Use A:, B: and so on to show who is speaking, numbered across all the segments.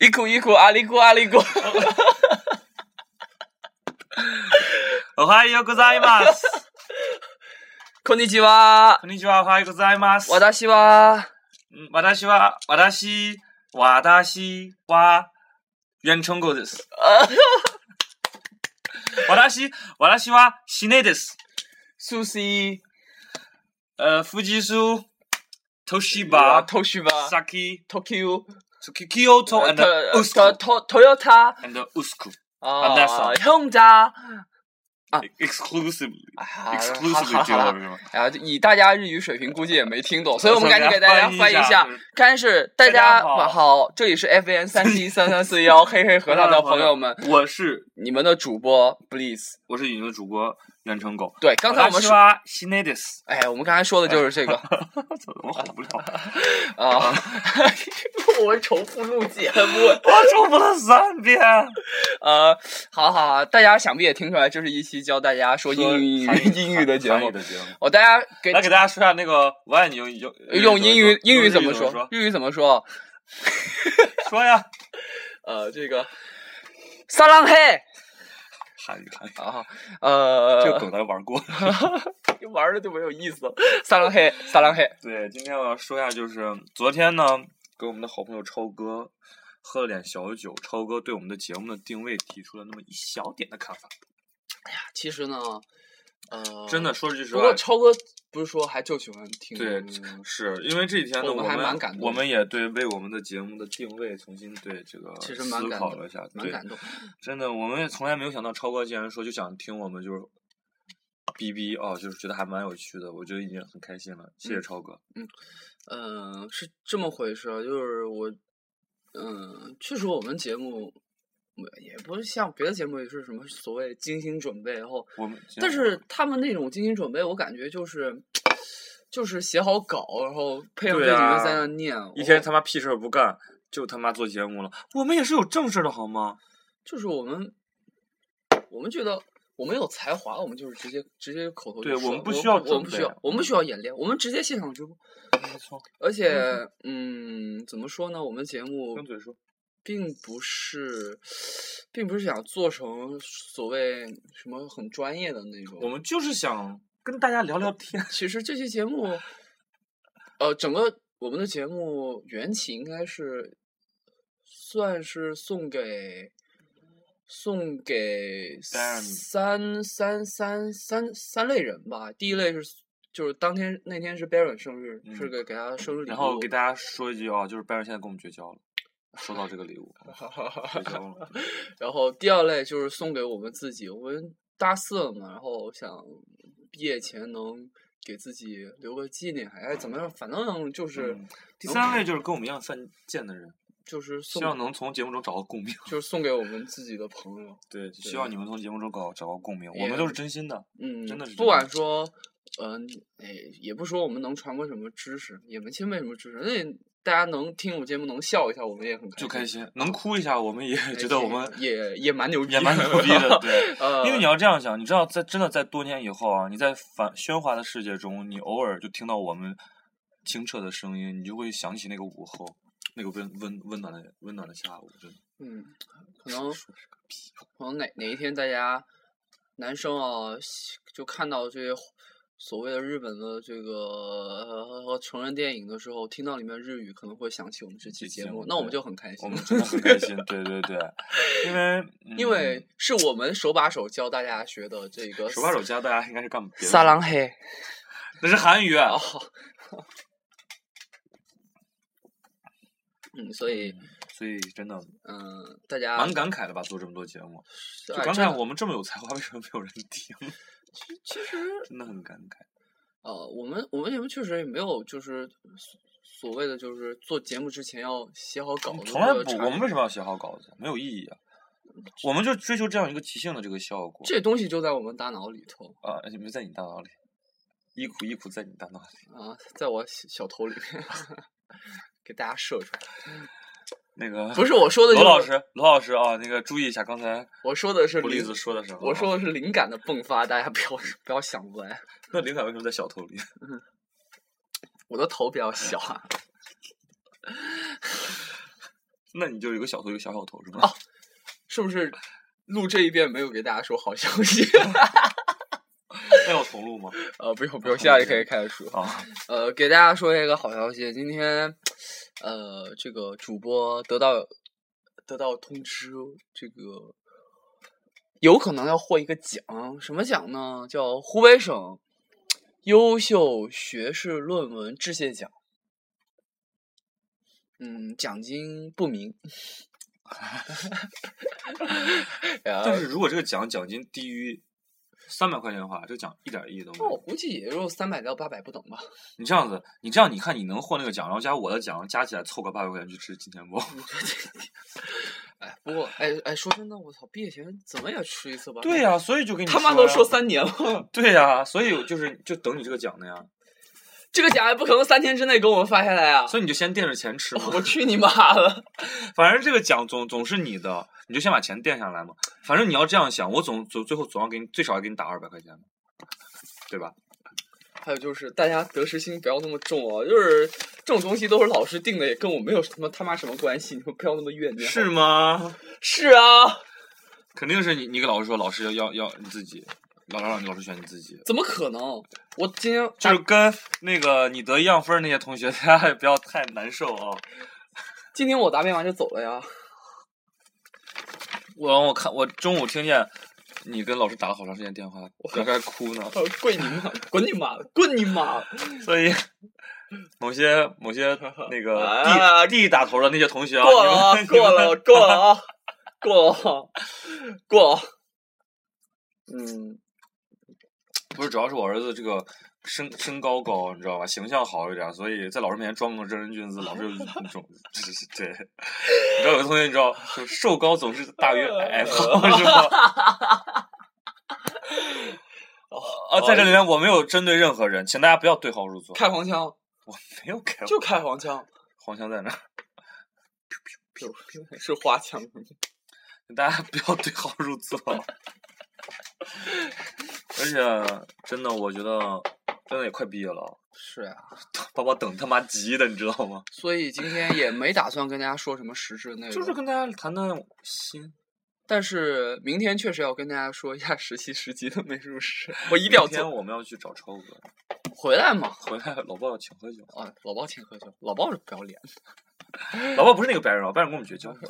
A: 一哭一哭，阿里咕阿里咕，
B: おはようございます。
A: こんにちは。
B: こんにちは、おはようございます。
A: 私は
B: 嗯私は、私、私は、袁成功です。私、私は、死ねです。
A: 苏西
B: 呃，富士通、
A: 吧
B: Toshiba、
A: ，Toshiba
B: Saki、
A: Tokyo，
B: Kyoto and
A: 呃
B: Usku
A: ，To- Toyota
B: and Usku
A: 啊
B: Vanessa
A: ，Honda 啊
B: exclusively
A: 啊，好
B: exclusively
A: 好 好了，
B: Japan
A: 然后以大家日语水平估计也没听懂，所以我们赶紧给大家翻译一下
B: 翻译
A: 但
B: 一下。
A: 是大
B: 大
A: 家
B: 家好
A: 晚好，这里是 FAN 三七三三四 幺黑黑核桃的朋友们，
B: 我是
A: 你们的主播 Please。
B: 我是你们的主播袁成功。
A: 对，刚才我们
B: 私
A: 说，
B: は死ねです。
A: 哎，我们刚才说的就是这个。
B: 我好无聊，
A: 啊， 我们重复录节目。
B: 我重复了三遍。
A: 呃，好好好，大家想必也听出来，这是一期教大家说英语
B: 说韩
A: 英语的节
B: 韩
A: 目
B: 语。的节目
A: 我大家给呃
B: 来给大家说一下那个我爱你用用
A: 用英语英语
B: 怎
A: 怎么说
B: 说？？
A: 日语怎么说？
B: 说呀，
A: 呃，这个撒浪嘿
B: 韩语韩语，
A: 啊，呃，
B: 这个梗咱玩过。
A: 梗玩的就没有意思了。撒浪嘿，撒浪嘿，
B: 对，今天我要说一下，就是昨天呢，跟我们的好朋友超哥喝了点小酒，超哥对我们的节目的定位提出了那么一小点的看法。
A: 其实呢，呃，
B: 真的，。说句实
A: 不
B: 话，
A: 过超哥不是说还就喜欢听
B: 对是因为这几天呢，
A: 我
B: 我
A: 们还蛮感动的
B: 我们也对为我们的节目的定位重新对这个
A: 其实蛮
B: 思
A: 感
B: 考
A: 动
B: 了一下，
A: 蛮
B: 对，
A: 感动。
B: 真的，我们也从来没有想到超哥竟然说就想听我们就是逼逼哦，就是觉得还蛮有趣的，我觉得已经很开心了，谢谢超哥。
A: 嗯，是这么回事儿，啊就是我，嗯，确实我们节目呃也不是像别的节目也是什么所谓精心准备，然后，
B: 我们
A: 但是他们那种精心准备，我感觉就是就是写好稿，然后配上背景
B: 对
A: 音
B: 啊
A: 在那念，哦
B: 一
A: 我
B: 天他妈屁事儿不干，就他妈做节目了。我们也是有正事儿的好吗？
A: 就是我们，我们觉得。我们有才华，我们就是直接直接口头就
B: 对我
A: 说
B: 们不需要
A: 我们
B: 准
A: 不
B: 备啊
A: 需要，我们不需要演练，我们直接现场直播。
B: 没错，
A: 而且，嗯，怎么说呢？我们节目
B: 用嘴说。
A: 并不是，并不是想做成所谓什么很专业的那种。
B: 我们就是想跟大家聊聊天。
A: 其实这期节目，呃，整个我们的节目缘起应该是算是送给送给
B: 三
A: 三三三三三类人吧。第一类是就是当天那天是 Baron 生日，是
B: 嗯
A: 给给他生日礼物，
B: 然后给大家说一句啊，就是拜仁现在跟我们绝交了，收到这个礼 物，绝交了。
A: 然后第二类就是送给我们自己，我们大四了嘛，然后想毕业前能给自己留个纪念，还是哎怎么样？反正就是、
B: 嗯第三位就是跟我们一样犯贱的人，
A: 就是送
B: 希望能从节目中找到共鸣。
A: 就是送给我们自己的朋友，
B: 对，希望你们从节目中搞找到共鸣。我
A: 也
B: 们都是真心的，
A: 嗯，
B: 真的是
A: 不
B: 这样
A: 管说，嗯、哎，也不说我们能传播什么知识，也没其实没什么知识，那大家能听我节目能笑一下，我们也很
B: 就
A: 开
B: 开心，能哭一下，我们也
A: 哎
B: 觉得我 们
A: 也也蛮牛逼，
B: 也蛮牛 逼的。对，
A: 呃，
B: 因为你要这样想，你知道，在真的在多年以后啊，你在繁喧哗的世界中，你偶尔就听到我们清澈的声音，你就会想起那个午后，那个温温温暖的温暖的下午，真的。
A: 嗯，可能
B: 说是个屁哦话
A: 可能哪哪一天大家男生啊，喜就看到这些所谓的日本的这个呃成人电影的时候，听到里面日语，可能会想起我们这期
B: 这期
A: 节
B: 节
A: 目
B: 目，
A: 那我们
B: 对
A: 就很开心
B: 我
A: 了
B: 们。真 的很开心，对对对，因为、嗯
A: 因为是我们手把手教大家学的这个
B: 手把手教大家应该是干别的，
A: 撒浪嘿，
B: 那是韩语，
A: 哦，嗯，所以
B: 所以真的
A: 嗯、大家
B: 蛮感慨的吧，做这么多节目。就
A: 哎
B: 感
A: 真
B: 慨
A: 的
B: 我们这么有才华，为什么没有人听？
A: 其实
B: 真的很感慨。
A: 呃，我们我们节目确实也没有就是所所谓的就是做节目之前要写好稿子，
B: 嗯从来
A: 或者
B: 不，
A: 查
B: 我们为什么要写好稿子？没有意义啊！我们就追求这样一个即兴的这个效果
A: 这东西就在我们大脑里头
B: 啊！你们在你大脑里，一苦一苦在你大脑里。
A: 啊，在我小小头里面 给大家射出来。
B: 那个
A: 不是我说的、就
B: 罗
A: 是，
B: 老师，罗老师啊，那个注意一下刚才
A: 我说的是
B: 布利
A: 灵
B: 子，说的什么啊？
A: 我说的是灵感的迸发，大家不要不要想不来，
B: 那灵感为什么在小偷里？
A: 我的头比较小啊。
B: 那你就是一个小偷，一个小小偷，是
A: 哦
B: 吗？
A: 是不是录这一遍没有给大家说好消息？
B: 那要重录吗？
A: 呃，不用不用，现在就可以开始说。
B: 啊，
A: 呃，给大家说一个好消息，今天，呃，这个主播得到得到通知，这个有可能要获一个奖，什么奖呢？叫湖北省优秀学士论文致谢奖。嗯，奖金不明。然后
B: 但是如果这个奖奖金低于三百块钱的话，这个奖一点意义都没
A: 那我
B: 有。
A: 估计也就三百到八百不等吧。
B: 你这样子，你这样，你看你能获那个奖，然后加我的奖，加起来凑个八百块钱去吃金钱豹。
A: 嗯哎，不过哎哎，说真的，我操，毕业前怎么也吃一次吧？
B: 对、呀、所以就给你
A: 他妈都
B: 说
A: 说
B: 呀
A: 三年了，
B: 对呀、所以就是就等你这个奖的呀，
A: 这个奖也不可能三天之内给我们发下来啊！
B: 所以你就先垫着钱吃嘛。
A: 我去你妈的！
B: 反正这个奖总总是你的，你就先把钱垫下来嘛。反正你要这样想，我总总最后总要给你最少要给你打二百块钱嘛，对吧？
A: 还有就是，大家得失心不要那么重啊！就是这种东西都是老师定的，也跟我没有什么他妈什么关系，你们不要那么怨念。
B: 是吗？
A: 是啊，
B: 肯定是你，你给老师说，老师要要要你自己，老师让你老师选你自己。
A: 怎么可能？我今天
B: 就是跟那个你得一样分儿那些同学， 大家也不要太难受啊。
A: 今天我答辩完就走了呀。
B: 我让我看，我中午听见你跟老师打了好长时间电话，我还在哭呢。
A: 呃跪你妈！滚你妈的！滚你妈的！
B: 所以某些某些那个
A: 啊
B: D D 打头的那些同学啊，
A: 过了
B: 你
A: 啊，
B: 们
A: 过 了，过了啊，过了啊，过了啊。嗯，
B: 不是，主要是我儿子这个身身高高，你知道吧？形象好一点，所以在老师面前装个真人君子，老师就那种 对。你知道有个同学，你知道，就瘦高总是大于
A: 呃
B: 矮胖，是吧？啊，在这里面我没有针对任何人，请大家不要对号入座。
A: 开黄腔
B: 没有开，
A: 就开黄腔，
B: 黄腔在那儿，
A: 是花腔。
B: 请大家 不要对号入座。而且真的，我觉得真的也快毕业了，
A: 是啊，
B: 把我等他妈急的，你知道吗？
A: 所以今天也没打算跟大家说什么实质内容，
B: 就是跟大家谈谈心。
A: 但是明天确实要跟大家说一下实习实习的美术 史，我一定要
B: 明天
A: 做
B: 我们要去找超哥，
A: 回来嘛。
B: 回来老鲍请喝酒。
A: 啊，老包请喝酒，老包是不要脸。
B: 老鲍不是那个白人，老白人跟我们绝交 了。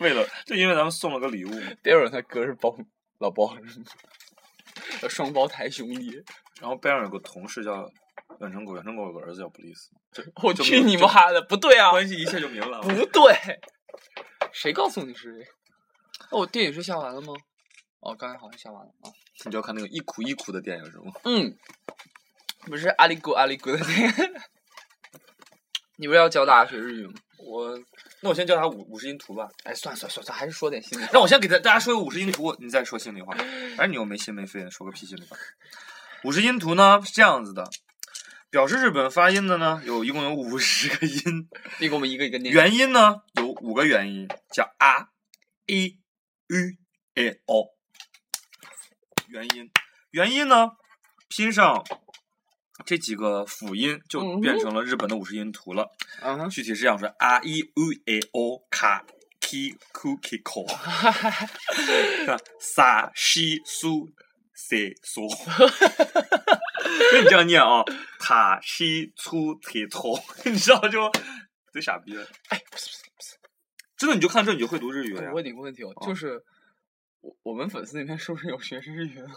B: 为了，就因为咱们送了个礼物嘛，
A: 别人他哥是包老包，双胞胎兄弟。
B: 然后边上有个同事叫远程狗，远程狗有个儿子叫布里斯，
A: 我
B: 就
A: 去
B: 没
A: 你
B: 就
A: 妈的，不对啊！
B: 关系一切就明朗了。
A: 不对，谁告诉你是谁？哦，电影是下完了吗？哦，刚才好像下完了啊。
B: 你就要看那个一哭一哭的电影是吗？
A: 嗯，不是阿里咕阿里咕的那个。 你不是要教大家学日语吗？
B: 我，那我先教他五五十音图吧。
A: 哎，算了算了算了，咱还是说点心 里话。
B: 让我先给大大家说个五十音图，你再说心里话。反正你又没心没肺的，说个屁心里话。五十音图呢是这样子的，表示日本发音的呢有一共有五十个音，
A: 你给我们一个一个念。
B: 元音呢有五个元音，叫啊、i、u、e、o。元音，元音呢拼上这几个辅音，就变成了日本的五十音图了。
A: 嗯哼，
B: 具体是这样说：a i u e o ka ki ku ki ko，sa shi su se so，所以你这样念啊，ta shi cu ti to，你知道就贼傻逼了。
A: 哎，不是不是不是，
B: 真的，你就看这你就会读日语了呀
A: 我。问你个问题哦，
B: 哦
A: 就是我我们粉丝里面是不是有学日语的？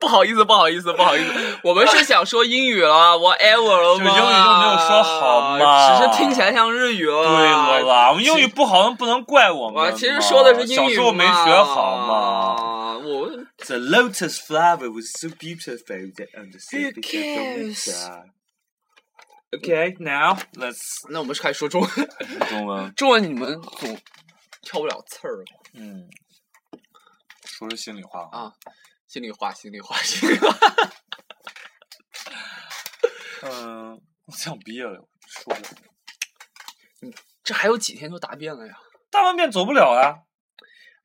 A: 不好意思，不好意思，不好意思，我们是想说英语了，whatever 了
B: 就
A: 嘛
B: 英语就没有说好嘛
A: 只是听起来像日语了。哎
B: 对了啦，我们英语不好，不能怪我
A: 我
B: 们。
A: 其实说的是英语
B: 小时候没学好嘛。
A: 嘛。我
B: The lotus flower was so beautiful that on the
A: Who cares?
B: Okay, now let's
A: 那我们是开始说中文，
B: 中文。
A: 中文你们总挑不了刺儿
B: 嗯，说是心里话啊。
A: 啊。心里话，心里话，心里话。
B: 嗯，我想毕业了，说不了。
A: 这还有几天就答辩了呀？
B: 大半遍走不了啊。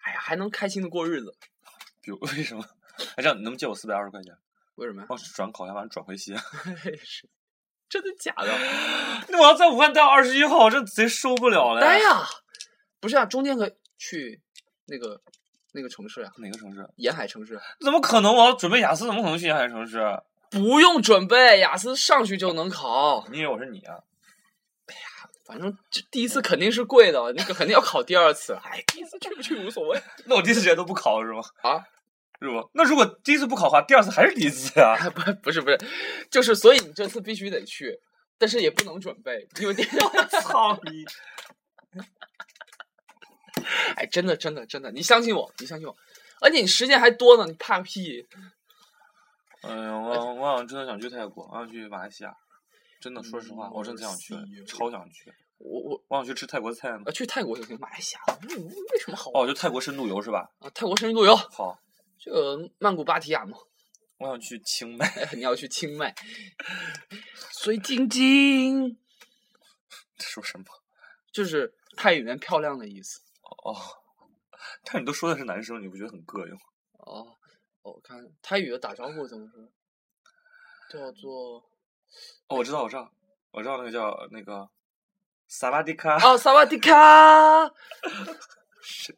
A: 哎呀，还能开心的过日子？
B: 比如为什么？哎，这样你能不能借我四百二十块钱？
A: 为什么呀？ 哎
B: 我转考一下，完了转回西安。
A: 是真的假的？
B: 那我要在武汉待到二十一号，我这贼受不了了。
A: 待哎呀，不是啊，中间可以去那个那个城市啊，
B: 哪个城市？
A: 沿海城市，啊
B: 怎么可能？我要准备雅思，怎么可能去沿海城市？
A: 不用准备，雅思上去就能考。
B: 你以为我是你啊？
A: 反正这第一次肯定是贵的，那个肯定要考第二次。 哎，第一次去不去无所谓
B: 那我第一次直接都不考是吗？
A: 啊。
B: 是不？那如果第一次不考的话，第二次还是第一次啊？
A: 哎，不，不是，不是，就是所以你这次必须得去，但是也不能准备，因为第
B: 操你！
A: 哎，真的，真的，真的，你相信我，你相信我，而且你时间还多呢，你怕个屁！
B: 哎呀，我我想真的想去泰国，我想去马来西亚，真的，说实话，我真的想去
A: 嗯我，
B: 超想去，
A: 我我
B: 我想去吃泰国菜呢。
A: 呃去泰国就行，马来西亚为为什么好玩
B: 哦，就泰国深度游是吧？
A: 啊？泰国深度游，
B: 好，
A: 这个曼谷芭提雅嘛，
B: 我想去清迈，
A: 哎你要去清迈，所以晶晶
B: 说什么？
A: 就是泰语里面漂亮的意思。
B: 哦，但你都说的是男生，你不觉得很膈应吗？
A: 哦，哦我看泰语的打招呼怎么说？叫做
B: 哦，我知道，我知道，我知道那个叫那个萨瓦迪卡。
A: 哦，萨瓦迪卡。
B: 是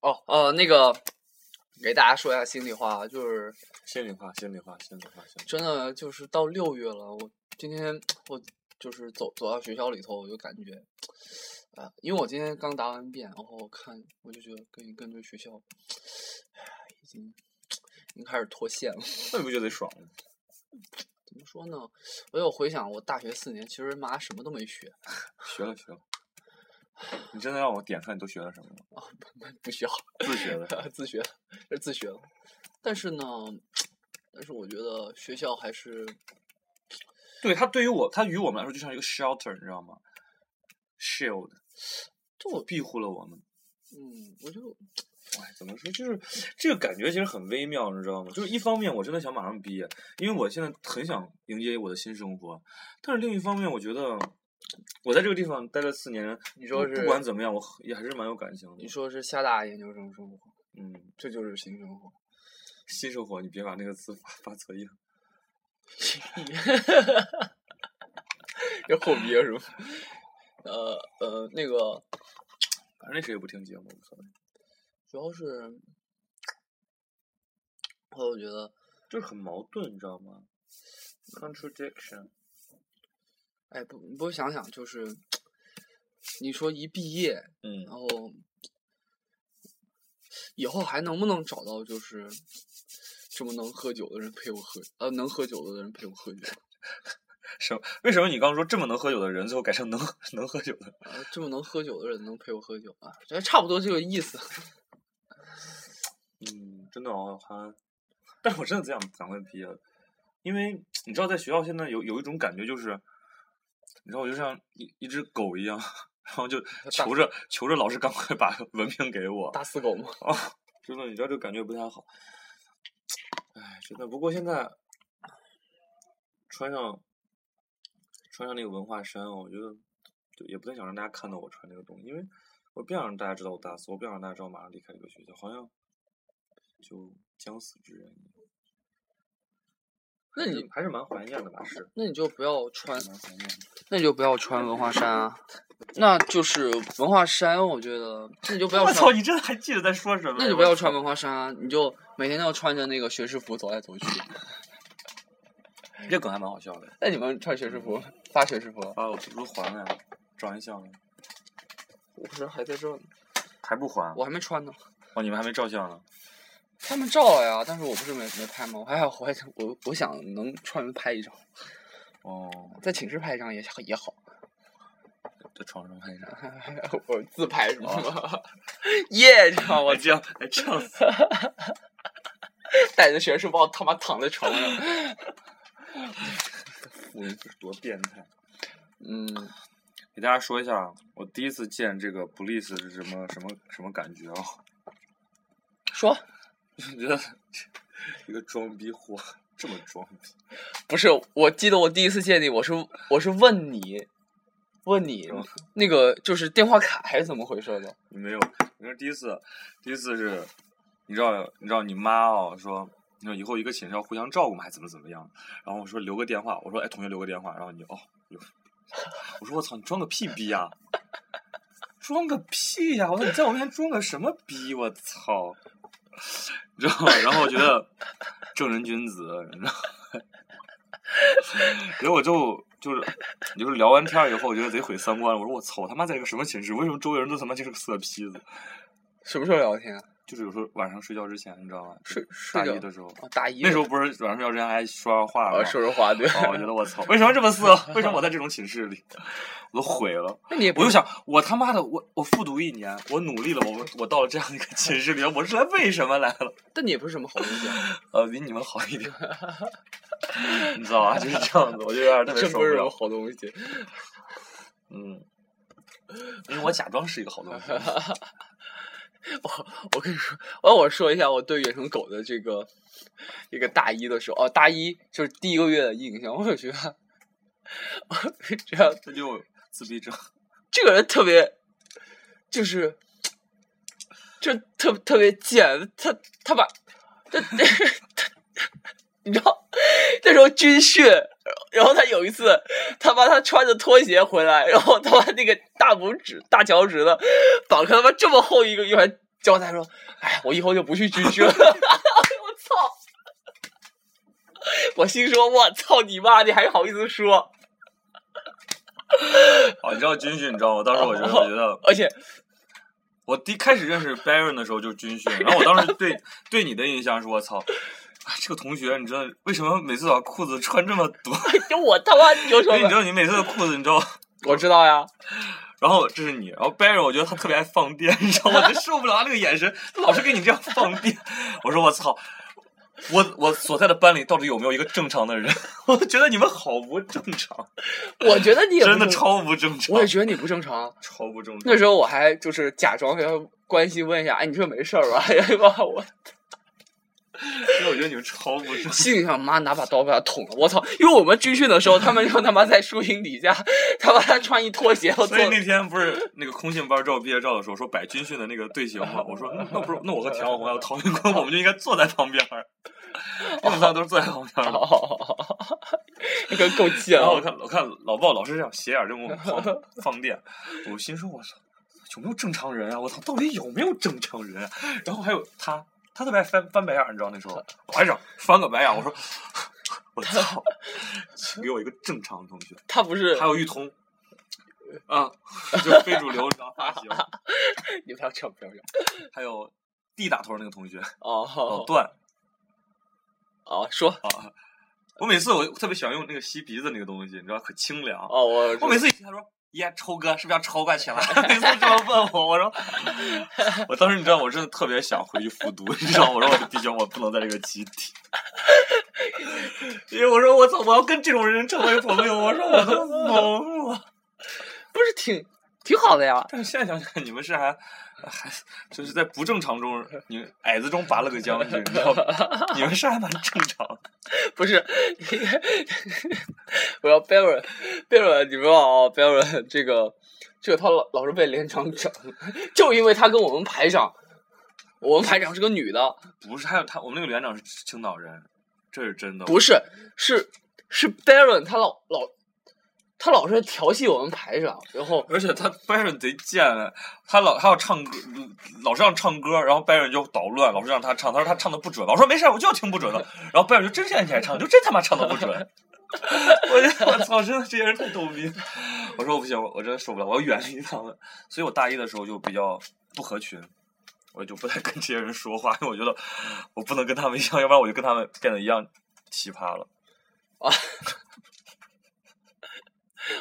A: 哦，呃，那个给大家说一下心里话，啊就是
B: 心里话，心里话，心里话，心里话。
A: 真的就是到六月了，我今天我就是走走到学校里头，我就感觉，啊、因为我今天刚答完辩，然后我看我就觉得跟跟这学校，哎呀，已经已经开始脱线了。
B: 那你不觉得贼爽吗？
A: 怎么说呢？我有回想我大学四年，其实妈什么都没学
B: 学了学了，你真的让我点出来你都学了什么吗？
A: 啊，不不需要。
B: 自学的。
A: 自学，这是自学了。但是呢，但是我觉得学校还是
B: 对他对于我，他于我们来说就像一个 shelter，你知道吗？shield
A: 就我
B: 庇护了我们。
A: 嗯，我就
B: 哎，怎么说？就是这个感觉其实很微妙，你知道吗？就是一方面我真的想马上毕业，因为我现在很想迎接我的新生活，但是另一方面，我觉得我在这个地方待了四年，
A: 你说
B: 不
A: 是
B: 嗯不管怎么样，我很也还是蛮有感情
A: 你
B: 的。
A: 说是厦大研究生生活，
B: 嗯，
A: 这就是新生活。
B: 新生活，你别把那个字发发错音。
A: 要后 毕业是吗？呃呃，那个
B: 反正那谁也不听节目，无所谓。
A: 主要是，我觉得，
B: 就是很矛盾，你知道吗？contradiction。
A: 哎，不不过想想就是，你说一毕业，
B: 嗯
A: 然，后以后还能不能找到就是这么能喝酒的人陪我喝，呃，能喝酒的人陪我喝酒，
B: 什么为什么你刚说这么能喝酒的人，最后改成能 能喝酒的？
A: 啊，这么能喝酒的人能陪我喝酒啊，这差不多这个意思。
B: 嗯，真的哦，还，但是我真的贼想赶快毕业了，啊因为你知道，在学校现在有有一种感觉，就是你知道，我就像一一只狗一样，然后就求着求着老师赶快把文凭给我。
A: 大死狗嘛，
B: 真的，你知道这个感觉不太好。唉，真的。不过现在穿上穿上那个文化衫，我觉得就也不太想让大家看到我穿这个东西，因为我不想让大家知道我大四，我不想让大家知道我马上离开这个学校，好像就将死之人一样。
A: 那
B: 还是
A: 你
B: 还是蛮怀念的吧？是，
A: 那你就不要穿
B: 还，蛮怀念的。
A: 那你就不要穿文化衫啊，那就是文化衫，我觉得那你就不要
B: 我操！
A: 穿，
B: 你真的还记得在说什么呀？
A: 那你就不要
B: 我
A: 穿文化衫啊，你就每天都要穿着那个学士服走来走去。
B: 操。这梗还蛮好笑的。
A: 那你们穿学士服，发学士服，
B: 啊，我不是还了呀，找人相了，
A: 我这还在这呢，
B: 还不还？
A: 我还没穿呢。
B: 哦，你们还没照相呢。
A: 他们照了呀，但是我不是没没拍吗？我还好，我还想我我想能串门拍一张，
B: 哦。
A: 在寝室拍一张也也好，
B: 在床上拍啥？
A: 我自拍是吗？
B: 哦
A: 耶，知道吗？
B: 我这样，哎，这样子，
A: 带着学士包他妈躺在床上。
B: 我这是多变态！
A: 嗯，
B: 给大家说一下啊，我第一次见这个 Bliss 是什么什么什么感觉啊？
A: 说
B: 就觉得一个装逼货这么装逼，
A: 不是？我记得我第一次见你，我是我是问你，问你
B: 嗯
A: 那个就是电话卡还是怎么回事的？
B: 你没有？你说第一次，第一次是，你知道，你知道你妈哦，说你说以后一个寝室要互相照顾嘛，还怎么怎么样？然后我说留个电话，我说哎同学留个电话，然后你哦，有我说我操你装个屁逼呀、装个屁呀、我说你在我面前装个什么逼？我操！你知道吗？然后我觉得正人君子，你知道吗。结果就就是就是聊完天儿以后，我觉得贼毁三观。我说我操，我他妈在一个什么寝室？为什么周围人都他妈就是个色批子？
A: 什么时候聊天啊？
B: 就是有时候晚上睡觉之前，你知道吗？
A: 睡睡
B: 大
A: 觉
B: 一的时候，
A: 哦，大一
B: 那时候不是晚上睡觉之前还说上话吗
A: 呃，？说说话对。
B: 哦，我觉得我 操，为什么这么色？为什么我在这种寝室里，我都毁了？
A: 那你也
B: 我
A: 不
B: 就想，我他妈的，我我复读一年，我努力了，我我到了这样一个寝室里面，我是来为什么来了？
A: 但你也不是什么好东西啊，
B: 呃，比你们好一 点，你知道吧？就是这样子，我就有点儿特别
A: 真
B: 受
A: 不
B: 不
A: 是什么
B: 了。
A: 好东西。
B: 嗯，因为我假装是一个好东 西。
A: 我跟你说，我我说一下我对远程狗的这个这个大一的时候，哦，大一就是第一个月的印象，我就觉得， 我就觉得
B: 这就自闭症，
A: 这个人特别，就是，就特特别贱，他他把，他 他，你知道，那时候军训，然后他有一次，他妈他穿着拖鞋回来，然后他把那个大拇指、大脚趾的绑开，他妈这么厚一个一盘胶带，说：“哎，我以后就不去军训了。” 我操！我心说：“我操你妈！你还好意思说？
B: 哦，你知道军训，你知道吗？当时我觉得，我觉得。
A: 而且
B: 我第一开始认识 Baron 的时候就是军训，然后我当时对对你的印象是我操，哎，这个同学你知道为什么每次把裤子穿这么多？
A: 就哎我他妈有什
B: 因
A: 么
B: 为你知？道你每次的裤子你知道，
A: 我知道呀，
B: 然后这是你，然后 Baron 我觉得他特别爱放电，你知道吗我就受不了他那个眼神，他老是跟你这样放电，我说我操。我我所在的班里到底有没有一个正常的人？ 我觉得你们好不正常，
A: 我觉得你也不
B: 真的
A: 正，
B: 超不正常
A: 我也，觉得你不正常。
B: 超不正常
A: 那。时候我还就是假装跟他关心问一下，哎，你这没事儿吧？ 哎妈，我
B: 因为我觉得你们超不正常。
A: 心里想，妈拿把刀把他捅了，我操！因为我们军训的时候，他们就他妈在树荫底下， 他妈他穿一拖鞋， 我操
B: 所！以那天不是那个空训班照毕业照的时候说摆军训的那个队形吗？我说嗯那不是，那我和田浩红还有陶云坤，我们就应该坐在旁边儿，我们仨都是坐在旁边儿的。
A: 哦， 那个够贱
B: 然后我
A: 啊！
B: 看我看老鲍老是这样斜眼儿这么放放电，我心说我操，有没有正常人啊？我操，到底有没有正常人、啊？ 然后还有他，他特别爱翻翻白眼儿，你知道那时候，我还想翻个白眼儿，我说我操，请给我一个正常的同学。
A: 他不是
B: 还有玉彤，啊，就非主流，你知道发型。
A: 你不要这样，不要这样。
B: 还有 D 打头那个同学老
A: 哦
B: 段
A: 哦，说
B: 啊，我每次我特别喜欢用那个吸鼻子那个东西，你知道可清凉。
A: 哦，我
B: 我每次一吸，他说：“耶，抽哥是不是要抽过去了？” 每次这么问我，我说，我当时你知道，我真的特别想回去复读，你知道吗，我说我的弟兄，我不能在这个集体。因为我说我操，我要跟这种人成为朋友，我说我都懵了。
A: 不是挺挺好的呀？
B: 但是现在想想，你们是还还就是在不正常中，你矮子中拔 了个将军，你知道吗？你们是还蛮正常的。
A: 不是，我要 Baron Baron，你不知道啊，Baron 这个这个他老老是被连长整，就因为他跟我们排长，我们排长是个女的，
B: 不是，还有他，我们那个连长是青岛人，这是真的。
A: 不是是是 Baron 他老老他老是调戏我们排长，然后
B: 而且他 Byron 贼贱嘞，他老他要唱歌，嗯老是让唱歌，然后 Byron 就捣乱，老是让他唱，他说他唱的不准，老说没事儿，我就要听不准的，然后 Byron 就真站起来唱，就真他妈唱的不准。 我就我操，真的这些人太逗逼了。我说我不行，我我真的受不了，我要远离他们。所以我大一的时候就比较不合群，我就不太跟这些人说话，因为我觉得我不能跟他们一样，要不然我就跟他们变得一样奇葩了。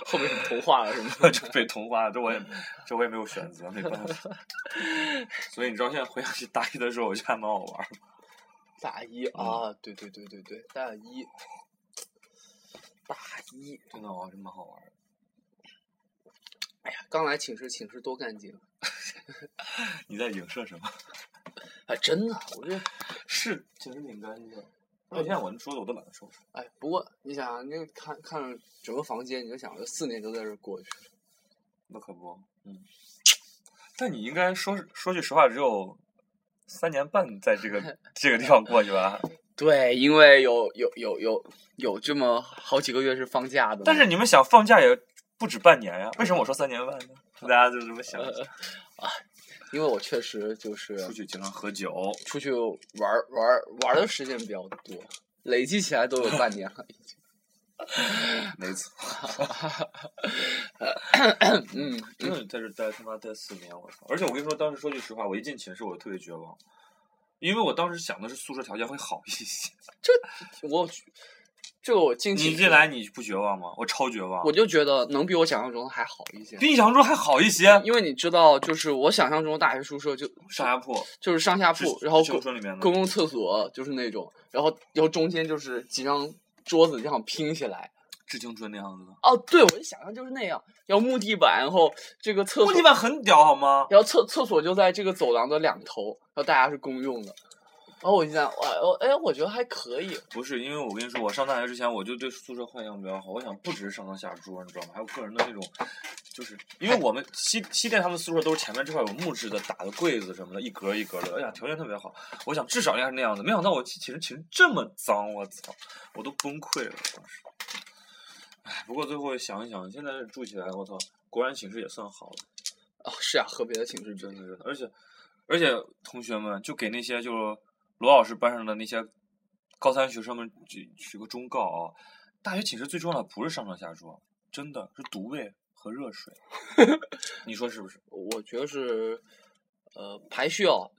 A: 后面是童话了啊什么？
B: 就被同化了，这我也这我也没有选择，没办 法。所以你知道现在回想起大一的时候，我觉得还蛮好玩儿的。
A: 大一啊，对对对对对，大一大一，
B: 真的哦，真蛮好玩儿的。
A: 哎呀，刚来寝室，寝室多干净
B: 你在影射什么？
A: 啊！真的，我这。
B: 是，嗯其实挺干净的。那现在我说的我都懒得收拾。
A: 哎，不过你想想，那看看着整个房间，你就想着四年都在这儿过去。
B: 那可不，嗯。但你应 该说说句实话，只有三年半在这个这个地方过去吧？
A: 对，因为有有有有有这么好几个月是放假的嘛，
B: 但是你们想放假也不止半年呀、为什么我说三年半 呢？大家就这么想一下，
A: 因为我确实就是
B: 呃出去经常喝酒，
A: 出去玩儿玩儿玩儿的时间比较多，累积起来都有半年了已经。
B: 没 错，
A: 嗯，
B: 真的在这待他妈待四年，我操！而且我跟你说，当时说句实话，我一进寝室我就特别绝望，因为我当时想的是宿舍条件会好 一些。
A: 我这个我进去
B: 你进来你不绝望吗？我超绝望，
A: 我就觉得能比我想象中的还好一些，
B: 比你想象中还好一些。
A: 因为你知道，就是我想象中的大学宿舍就
B: 上下铺，
A: 就是上下铺，然后
B: 宿
A: 公
B: 舍里面
A: 公
B: 的，
A: 共厕所就是那种，然后然后中间就是几张桌子这样拼起来。
B: 致青春那样子的。
A: 哦，对，我就想象就是那样，要木地板，然后这个厕所
B: 木地板很屌好吗？
A: 然后厕厕所就在这个走廊的两头，然后大家是公用的。然后我就想，我我哎，我觉得还可以。
B: 不是，因为我跟你说，我上大学之前我就对宿舍幻想比较好，我想不只是上床下桌，你知道吗？还有个人的那种，就是因为我们西西电他们宿舍都是前面这块有木质的打的柜子什么的，一格一格的，哎呀，条件特别好。我想至少应该是那样子，没想到我寝室寝室这么脏，我操，我都崩溃了当时。哎，不过最后想一想，现在住起来，我操，果然寝室也算好了。
A: 啊、是啊，和别的寝室比
B: 真的是，而且而且同学们就给那些就是罗老师班上的那些高三学生们举举个忠告啊，大学寝室最重要的不是上床下桌，真的是独卫和热 水，你说是不是？
A: 我觉得是，呃，排序哦，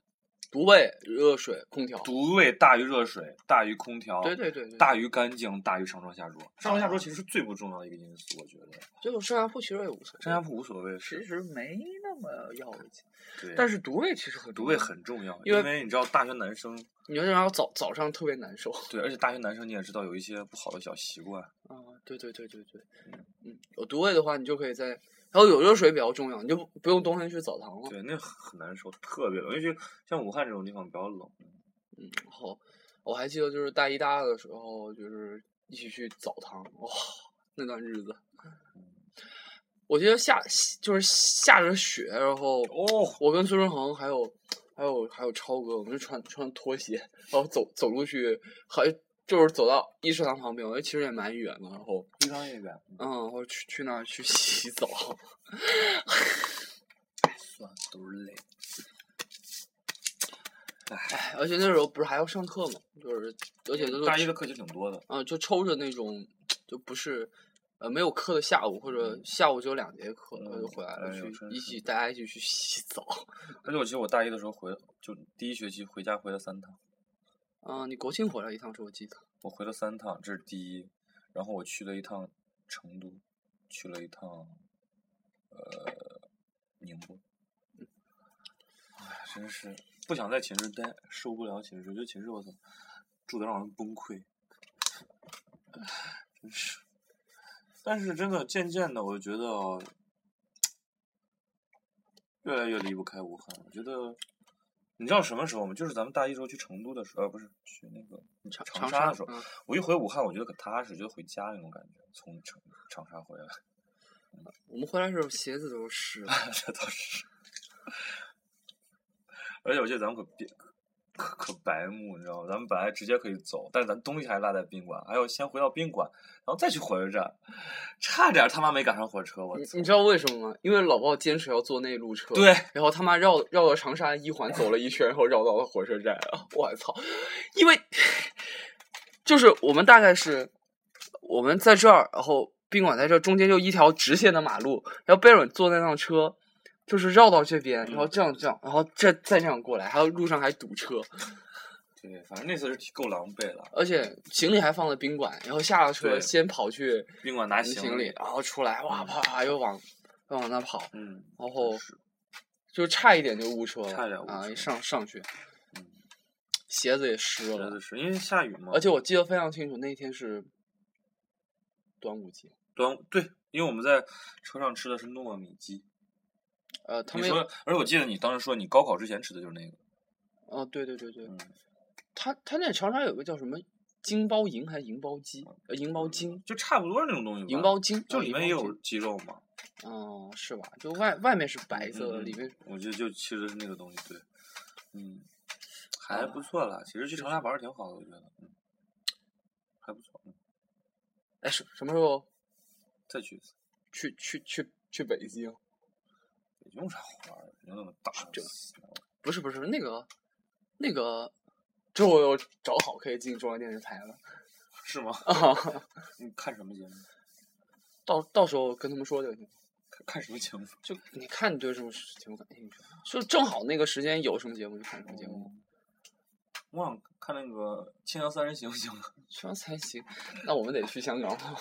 A: 独卫、热水、空调。
B: 独卫大于热水，大于空调，
A: 对对对对，
B: 大于干净，大于上床下桌。上床下桌其实是最不重要的一个因素，我觉得
A: 就上下铺其实也无所谓，
B: 上下铺无所谓，
A: 其
B: 是
A: 实没那么要紧，
B: 对，
A: 但是独卫其实很
B: 独
A: 重
B: 卫
A: 要，
B: 很重要，
A: 因为
B: 因为你知道大学男生
A: 你就然后早早上特别难受。
B: 对，而且大学男生你也知道有一些不好的小习惯。
A: 啊，对对对对对，嗯，有独卫的话，你就可以在，然后有热水比较重要，你就不用冬天去澡堂了。
B: 对，那很难受，特别冷，尤其像武汉这种地方比较冷。
A: 然后我还记得就是大一、大二的时候，就是一起去澡堂，哇、那段日子，我记得下就是下着雪，然后
B: 哦，
A: 我跟孙春恒还有还有还有超哥，我们就穿穿拖鞋，然后走走路去，还就是走到一食堂旁边，我觉得其实也蛮远的，然后
B: 越长越远。
A: 嗯，我去去那儿去洗澡，
B: 算了，都是累。
A: 哎，而且那时候不是还要上课嘛，就是而且就是
B: 大一的课其实挺多的，
A: 嗯、就抽着那种就不是呃没有课的下午，或者下午只有两节课，然后就
B: 嗯
A: 回来了，
B: 哎呦
A: 去
B: 真
A: 一
B: 是
A: 起大家一起去洗澡。
B: 而且我记得我大一的时候回，就第一学期回家回了三趟，
A: 嗯、你国庆回来一趟是我记得，
B: 我回了三趟，这是第一。然后我去了一趟成都，去了一趟，呃，宁波。哎，真是不想在寝室待，受不了寝室，我觉得寝室我操，住的让人崩溃。哎真是，但是真的渐渐的，我觉得哦越来越离不开武汉。我觉得，你知道什么时候吗？就是咱们大一时候去成都的时候，呃，不是去那个
A: 长
B: 长
A: 沙
B: 沙的时候，
A: 嗯
B: 我一回武汉，我觉得可踏实，就回家那种感觉。从长长沙回来，
A: 我们回来的时候鞋子都是湿的
B: 这倒是。而且我觉得咱们可别可可白目，你知道吗？咱们本来直接可以走，但是咱东西还落在宾馆，还要先回到宾馆，然后再去火车站，差点他妈没赶上火车，我
A: 你
B: 操！
A: 你知道为什么吗？因为老鲍坚持要坐内陆 车，，
B: 对，
A: 然后他妈绕绕到长沙一环走了一圈，然后绕到了火车站。啊我操！因为就是我们大概是我们在这儿，然后宾馆在这儿，中间就一条直线的马路，然后贝尔坐那辆车。就是绕到这边，然后这样这样，然后再再这样过来，还有路上还堵车，
B: 对，反正那次是够狼狈了。
A: 而且行李还放在宾馆，然后下了车
B: 对
A: 先跑去
B: 宾馆拿
A: 拿
B: 行
A: 行李，啊然后出来哇啪啪又往又往那跑，
B: 嗯，
A: 然后
B: 是
A: 就差一点就误车了，
B: 差一点误
A: 啊！
B: 车
A: 一上上去
B: 嗯，
A: 鞋子也湿
B: 觉得
A: 了，
B: 是因为下雨嘛
A: 而，且我记得非常清楚，那一天是端午节，
B: 端午对，因为我们在车上吃的是糯米鸡。
A: 呃，他
B: 你
A: 们
B: 说
A: 有，
B: 而且我记得你当时说你高考之前吃的就是那个，
A: 哦，对对对对，
B: 嗯，
A: 他他那长沙有个叫什么金包银还是银包鸡，
B: 嗯
A: 呃，银包金，
B: 就差不多那种东西吧。
A: 银包金，
B: 就
A: 啊
B: 里面也有，鸡肉嘛，
A: 哦，嗯是吧？就外外面是白色的，
B: 嗯
A: 里面
B: 我觉得就吃的是那个东西，对，嗯，
A: 看
B: 还
A: 了。
B: 不错啦，其实去长沙玩儿挺好的，我觉得，嗯，还不错，嗯，
A: 哎，什什么时候
B: 再去一次。
A: 去去去去北京？
B: 北京有啥好玩儿的？北京那么大，
A: 这
B: 行
A: 不是不是那个那个，之后又找好可以进中央电视台了。
B: 是吗？
A: 啊，
B: 你看什么节目？
A: 到到时候跟他们说就行。
B: 看看什么节目？
A: 就你看你对什么节目感兴趣，啊就正好那个时间有什么节目就看什么节目，
B: 嗯我想看那个《锵锵三人行》行吗？
A: 这样才行。那我们得去香港了。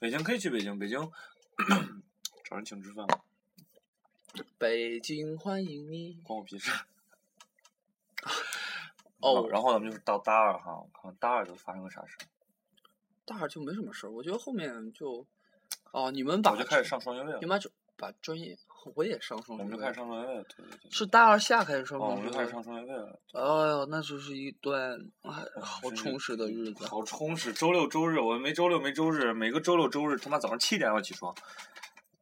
B: 北京可以去北京，北京 找人请吃饭，
A: 北京欢迎你。
B: 关我屁 事。
A: 哦
B: 然后咱们就是到大二哈，我看看大二就发生了啥事儿。
A: 大二就没什么事儿，我觉得后面就，哦，你们把
B: 我就开始，上双学位
A: 你
B: 了，
A: 们把专把专业，我也上双
B: 我
A: 学
B: 们就
A: 位
B: 开始上双学位了，对对对。
A: 是大二下开始上
B: 哦，我
A: 双
B: 们
A: 学
B: 就开始
A: 位。
B: 上双学位了。
A: 哎呦，那就是一段哎
B: 哇
A: 好
B: 真是
A: 充实的日子。
B: 好充实，周六周日我没周六没周日，每个周六周日他妈早上七点要起床，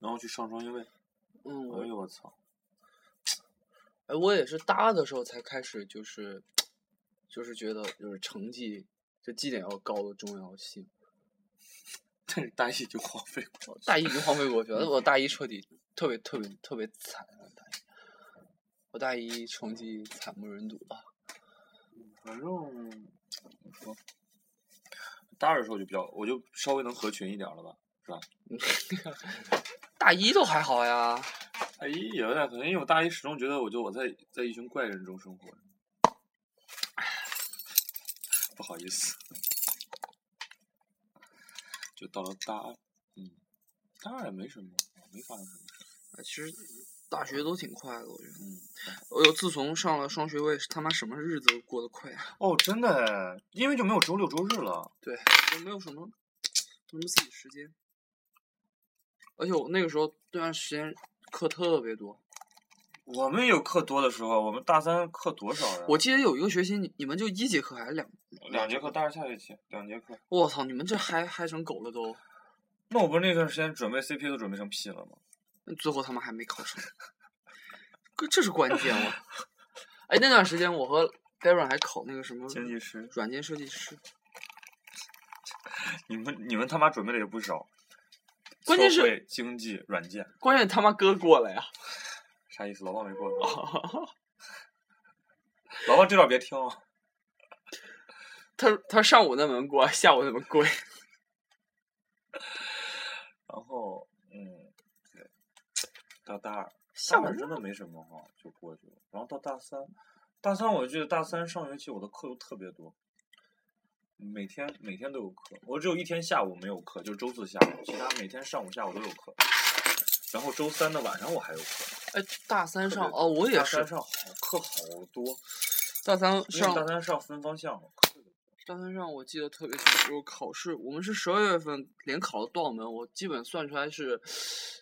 B: 然后去上双学位。
A: 嗯，我
B: 哎呦我操！
A: 哎，我也是大二的时候才开始，就是，就是觉得就是成绩就绩点要高的重要性。
B: 但是大一就荒废过。
A: 我大一已经荒废过去了，我大一彻底特别特别特别惨啊！大一，我大一成绩惨不忍睹啊吧。
B: 反正怎么说，大二的时候就比较，我就稍微能合群一点了吧，是吧？
A: 大一都还好呀，
B: 大一哎也有点合群，因为我大一始终觉得，我就我在在一群怪人中生活。 不好意思，就到了大二，嗯，大二也没什么，没发生什么事。
A: 呃其实大学都挺快的，我觉得。
B: 嗯，
A: 哎呦，自从上了双学位，他妈什么日子都过得快啊！
B: 哦，真的哎，因为就没有周六周日了。
A: 对，就没有什么什么自己时间，而且我那个时候那段时间课特别多。
B: 我们有课多的时候，我们大三课多少呀？
A: 我记得有一个学期，你你们就一节课还是两？
B: 两节课，大二下学期两节课。
A: 我操，你们这嗨嗨成狗了都！
B: 那我不是那段时间准备 CP 都准备成屁了吗？
A: 最后他妈还没考 上，这这是关键啊！哎，那段时间我和 Darren 还考那个什么
B: 经济师，
A: 软件设计师，
B: 你们你们他妈准备的也不少。
A: 关键是
B: 社会经济软件
A: 关键他妈哥过来呀、
B: 啥意思？老王没过来， 老王这段别听啊。
A: 他他上午那门过，下午那门过，
B: 然后嗯，对，到大二，
A: 下
B: 大
A: 午
B: 二真的没什么哈，就过去了。然后到大三，大三我记得大三上学期我的课都特别多，每天每天都有课，我只有一天下午没有课，就是周四下午，其他每天上午下午都有课。然后周三的晚上我还有课。
A: 哎，大三
B: 特
A: 上
B: 别
A: 哦，我也
B: 大三
A: 是
B: 上好课好多，
A: 大三
B: 因为大
A: 上
B: 三上分方向嘛。
A: 大三上，我记得特别清楚，就是考试，我们是十二月份连考了多少门，我基本算出来是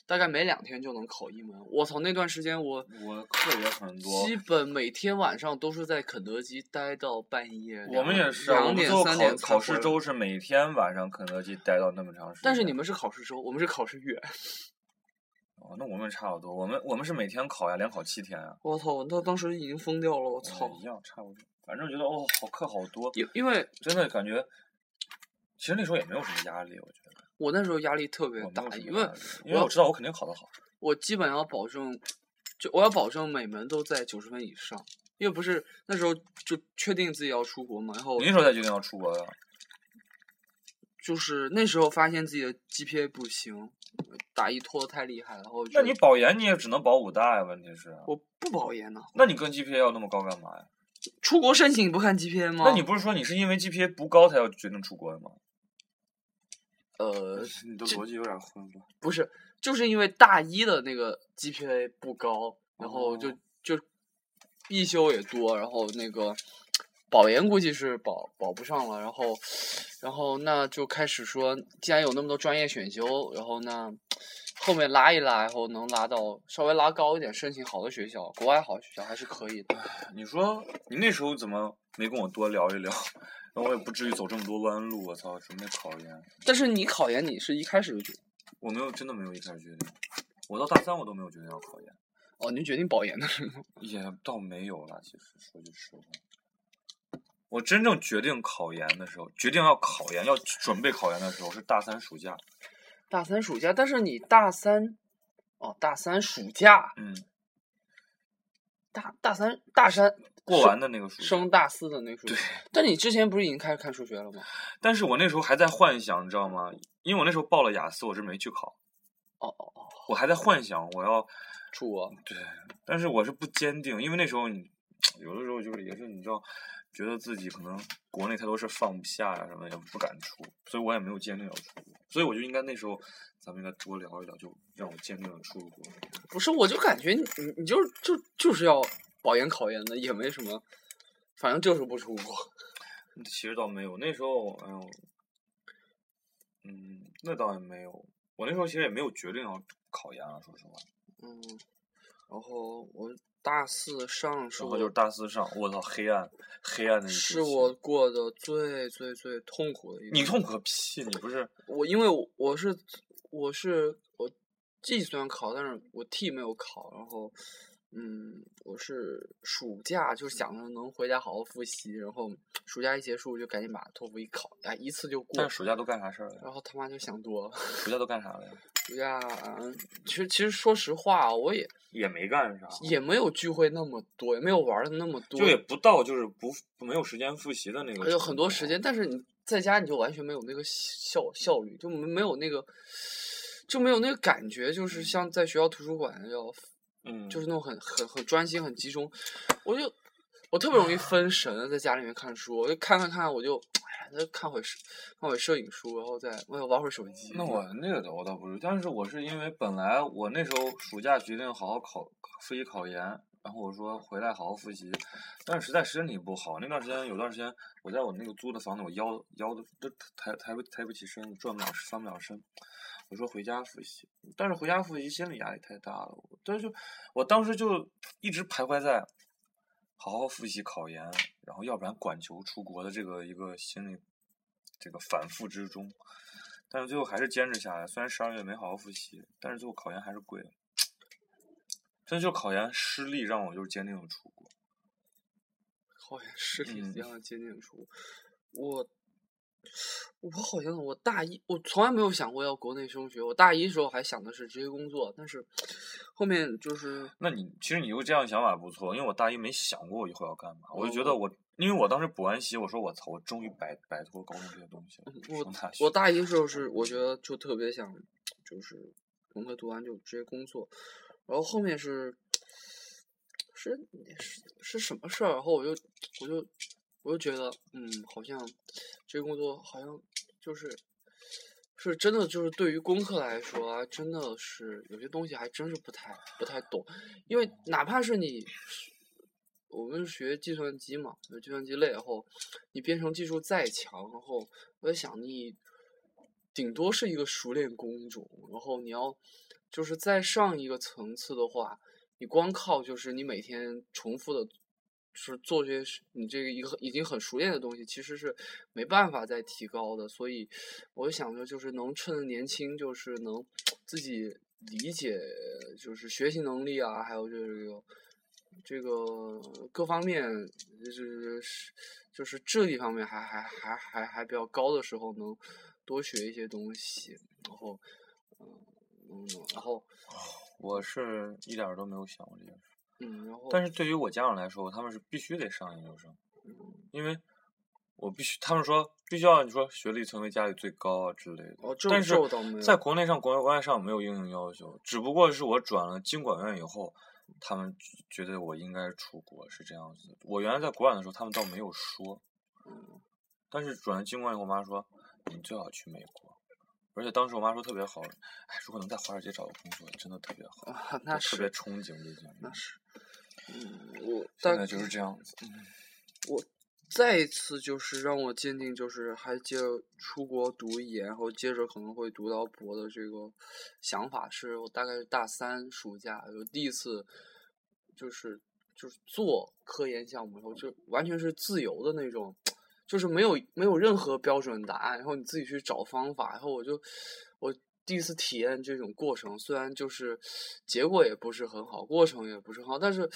A: 大概每两天就能考一门。我操，那段时间我
B: 我课也很多，
A: 基本每天晚上都是在肯德基待到半夜。
B: 我们也
A: 两
B: 是啊，我
A: 两
B: 们最
A: 点
B: 后
A: 三点
B: 考
A: 才
B: 考
A: 回
B: 试
A: 来。
B: 周是每天晚上肯德基待到那么长时间。
A: 但是你们是考试周，我们是考试月。
B: 哦，那我们差不多，我们我们是每天考呀，连考七天啊。
A: 我操，那当时已经疯掉了，我
B: 我
A: 操！
B: 一样差不多，反正觉得哦，好课好多，
A: 因因为
B: 真的感觉，其实那时候也没有什么压力，我觉得
A: 我那时候压力特别
B: 我
A: 大
B: 没有，什
A: 因
B: 么
A: 为
B: 压力，因为我知道我肯定考得好。
A: 我基本要保证，就我要保证每门都在九十分以上，因为不是那时候就确定自己要出国嘛，然后
B: 你那时候才决定要出国啊的，
A: 就是那时候发现自己的 GPA 不行，大一拖得太厉害了，然后
B: 那
A: 就
B: 你保研你也只能保武大呀，问题是，
A: 我不保研呢，
B: 那你跟 GPA 要那么高干嘛呀？
A: 出国申请不看 GPA 吗？
B: 那你不是说你是因为 GPA 不高才要决定出国的吗？
A: 呃
B: 你的逻辑有点混乱。
A: 不是，就是因为大一的那个 GPA 不高，然后就、
B: 哦
A: 就必修也多，然后那个保研估计是保保不上了，然后然后那就开始说，既然有那么多专业选修，然后那后面拉一拉，然后能拉到稍微拉高一点，申请好的学校，国外好的学校还是可以的。
B: 你说你那时候怎么没跟我多聊一聊？那我也不至于走这么多弯路。我操，准备考研，
A: 但是你考研，你是一开始就觉得
B: 我没有真的没有一开始决定，我到大三我都没有决定要考研。
A: 哦，您决定保研的是吗？
B: 也倒没有啦，其实说句实话，我真正决定考研的时候，决定要考研，要准备考研的时候是大三暑假。
A: 大三暑假，但是你大三，哦，大三暑假，
B: 嗯，
A: 大大三大三
B: 过完的那个暑假。
A: 升大四的那个暑假。
B: 对，
A: 但你之前不是已经开始看数学了吗？
B: 但是我那时候还在幻想，你知道吗？因为我那时候报了雅思，我是没去考。
A: 哦哦哦，
B: 我还在幻想我要，
A: 主啊，
B: 但是我是不坚定，因为那时候你有的时候就是也是你知道，觉得自己可能国内太多事儿放不下呀、什么的，也不敢出，所以我也没有坚定要出国。所以我就应该那时候咱们应该多聊一聊，就让我坚定的出国。
A: 不是，我就感觉你你你就是就就是要保研考研的，也没什么，反正就是不出国。
B: 其实倒没有，那时候哎呦，嗯，那倒也没有。我那时候其实也没有决定要考研啊，说实话。
A: 嗯，然后我大四上是
B: 然
A: 我
B: 后就是大四上，我操，黑暗，黑暗的一学
A: 是
B: 期
A: 我过得最最最痛苦的一段
B: 你痛苦个屁！你不是
A: 我因为我我是我是我 G 虽然考，但是我 T 没有考，然后嗯，我是暑假就想着能回家好好复习，然后暑假一结束就赶紧把托福一考，哎，一次就过
B: 但。是暑假都干啥事儿了呀？
A: 然后他妈就想多了，
B: 暑假都干啥了呀？
A: 暑假嗯其实其实说实话，我也
B: 也没干啥，
A: 也没有聚会那么多，也没有玩的那么多，
B: 就也不到就是不没有时间复习的那个。啊
A: 还有很多时。间，但是你在家你就完全没有那个效效率，就没没有那个就没有那个感觉，就是像在学校图书馆要
B: 嗯，
A: 就是那种很很很专心、很集中，我就我特别容易分神，啊在家里面看书，我就看看看，我就哎呀，再看会摄看会摄影书，然后再我要玩会手机。
B: 那我那个的我倒不是，但是我是因为本来我那时候暑假决定好好考复习考研，然后我说回来好好复习，但是实在身体不好，那段时间有段时间我在我那个租的房子，我腰腰都都抬抬不抬不起身，转不了翻不了身。我说回家复习，但是回家复习心理压力太大了，我但是就我当时就一直徘徊在好好复习考研，然后要不然管球出国的这个一个心理这个反复之中，但是最后还是坚持下来。虽然十二月没好好复习，但是最后考研还是贵了。真就考研失利，让我就是坚定的出国。
A: 好像实体一
B: 嗯
A: 样的接近书，我我好像我大一我从来没有想过要国内升学，我大一的时候还想的是直接工作，但是后面就是
B: 那你其实你有这样的想法不错，因为我大一没想过我以后要干嘛，我就觉
A: 哦
B: 得我，因为我当时补完习，我说我操，我终于摆摆脱高中这些东西了。
A: 嗯我
B: 上大学
A: 我大一的时候是我觉得就特别想就是本科读完就直接工作，然后后面是是是是什么事儿，然后我就我就我就觉得嗯，好像这个工作好像就是是真的就是对于功课来说啊，真的是有些东西还真是不太不太懂，因为哪怕是你是。我们学计算机嘛，学计算机类，然后你编程技术再强，然后我在想你顶多是一个熟练工种，然后你要就是再上一个层次的话，你光靠就是你每天重复的，就是做这些事，你这个一个很已经很熟练的东西，其实是没办法再提高的。所以我想着就是能趁着年轻，就是能自己理解，就是学习能力啊，还有这个这个各方面，就是就是智力方面还还还还还比较高的时候，能多学一些东西，然后嗯嗯，然后
B: 我是一点儿都没有想过这件事。
A: 嗯，然后
B: 但是对于我家长来说，他们是必须得上研究生，
A: 嗯
B: 因为我必须，他们说必须要你说学历成为家里最高啊之类的。
A: 哦，这
B: 但
A: 种这
B: 是
A: 我倒没有。
B: 在国内上、国外国外上没有硬性要求，只不过是我转了经管院以后，他们觉得我应该出国是这样子的。我原来在国外的时候，他们倒没有说，
A: 嗯
B: 但是转了经管以后，我妈说你最好去美国。而且当时我妈说特别好，哎，如果能在华尔街找到工作，真的特别好，
A: 啊，那
B: 我特
A: 是
B: 别憧憬这件事。
A: 那是，嗯，我
B: 现
A: 但
B: 在就是这样子。
A: 再一次就是让我坚定，就是还接着出国读研，然后接着可能会读到博的这个想法是，我大概是大三暑假有第一次，就是就是做科研项目，然后就完全是自由的那种，就是没有没有任何标准答案，然后你自己去找方法，然后我就我第一次体验这种过程，虽然就是结果也不是很好，过程也不是很好，但是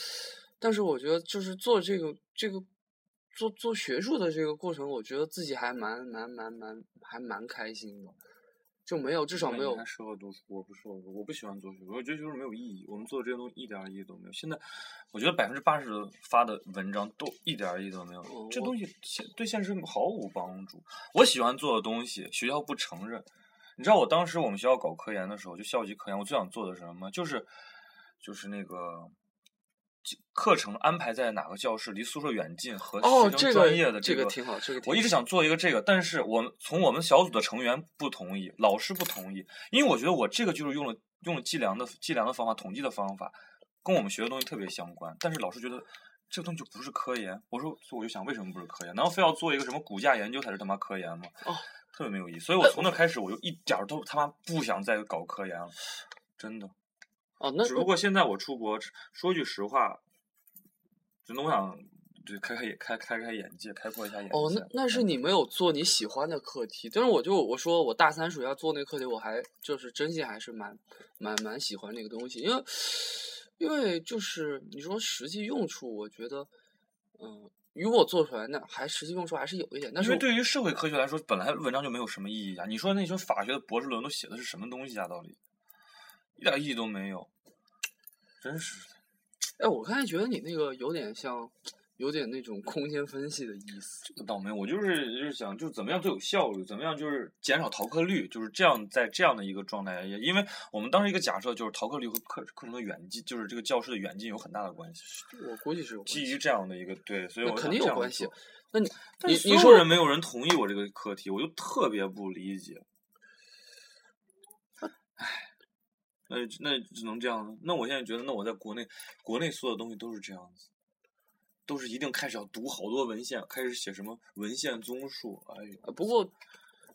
A: 但是我觉得就是做这个这个做做学术的这个过程，我觉得自己还蛮蛮蛮蛮还蛮开心的，就没有至少
B: 那
A: 没
B: 你
A: 有
B: 还适合读书，我不适合读，我不喜欢做学术，我觉得就是没有意义。我们做这些东西一点儿意义都没有。现在，我觉得百分之八十发的文章都一点儿意义都没有，
A: 嗯
B: 这
A: 我
B: 东西现对现实毫无帮助。我喜欢做的东西，学校不承认。你知道我当时我们学校搞科研的时候，就校级科研，我最想做的是什么吗？就是，就是那个。课程安排在哪个教室，离宿舍远近和
A: 哦
B: 学
A: 这个
B: 生专业的
A: 这个
B: 个
A: 挺好这个挺
B: 我一直
A: 好
B: 想做一个这个，但是我们从我们小组的成员不同意，老师不同意，因为我觉得我这个就是用了用了计量的计量的方法，统计的方法，跟我们学的东西特别相关，但是老师觉得。这个东西就不是科研，我说，所以我就想，为什么不是科研？难道非要做一个什么骨架研究才是他妈科研吗？
A: 哦，
B: 特别没有意思。所以我从那开始，我就一点儿都他妈不想再搞科研了，真的。
A: 哦，那
B: 只不过现在我出国，说句实话，真的我想对开开眼开开开眼界，开阔一下眼界。
A: 哦，那那是
B: 嗯
A: 你没有做你喜欢的课题，但是我就我说我大三暑假做那个课题，我还就是真心还是蛮蛮蛮喜欢那个东西，因为因为就是你说实际用处，我觉得嗯、如果做出来那还实际用处还是有一点，但
B: 因
A: 是
B: 为对于社会科学来说，本来文章就没有什么意义啊。你说那些法学的博士论文都写的是什么东西啊？到底一点意义都没有，真是的。
A: 哎，我刚才觉得你那个有点像有点那种空间分析的意思。
B: 这个倒没有，我就是就是想，就是怎么样最有效率，怎么样就是减少逃课率，就是这样在这样的一个状态，也因为我们当时一个假设就是逃课率和课课程的远近，就是这个教室的远近有很大的关系。
A: 我估计是有关
B: 基
A: 系
B: 于这样的一个对，所以
A: 那
B: 我
A: 肯
B: 想
A: 定有
B: 这样
A: 关系啊
B: 做。
A: 那你
B: 但
A: 你
B: 是
A: 你
B: 所
A: 说
B: 有人没有人同意我这个课题，我就特别不理解。唉，那那只能这样了。那我现在觉得，那我在国内，国内所有东西都是这样子，都是一定开始要读好多文献，开始写什么文献综述。哎呦，
A: 呃不过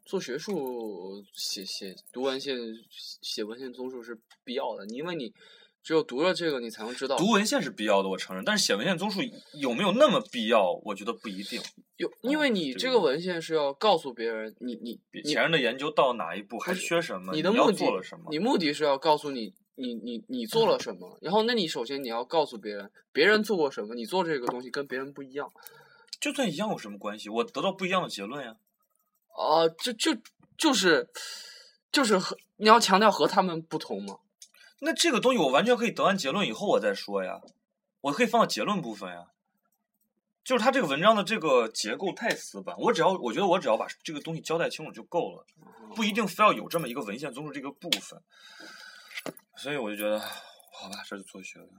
A: 做学术写写读文献写文献综述是必要的，因为你只有读了这个，你才能知道
B: 读文献是必要的，我承认，但是写文献综述有没有那么必要？我觉得不一定。
A: 有，因
B: 嗯
A: 为你
B: 这
A: 这
B: 个
A: 个文献是要告诉别人，你你
B: 比
A: 你
B: 前人的研究到哪一步，还缺什么？
A: 你
B: 你
A: 的目
B: 要
A: 的
B: 做了什么？
A: 你目的是要告诉你你你你做了什么，然后那你首先你要告诉别人，别人做过什么，你做这个东西跟别人不一样
B: 就算一样有什么关系？我得到不一样的结论呀。
A: 啊、就就就是就是和你要强调和他们不同嘛。
B: 那这个东西我完全可以得完结论以后我再说呀，我可以放到结论部分呀。就是他这个文章的这个结构太死板，我只要我觉得我只要把这个东西交代清楚就够了，不一定非要有这么一个文献综述这个部分。所以我就觉得，好吧，这就做学问。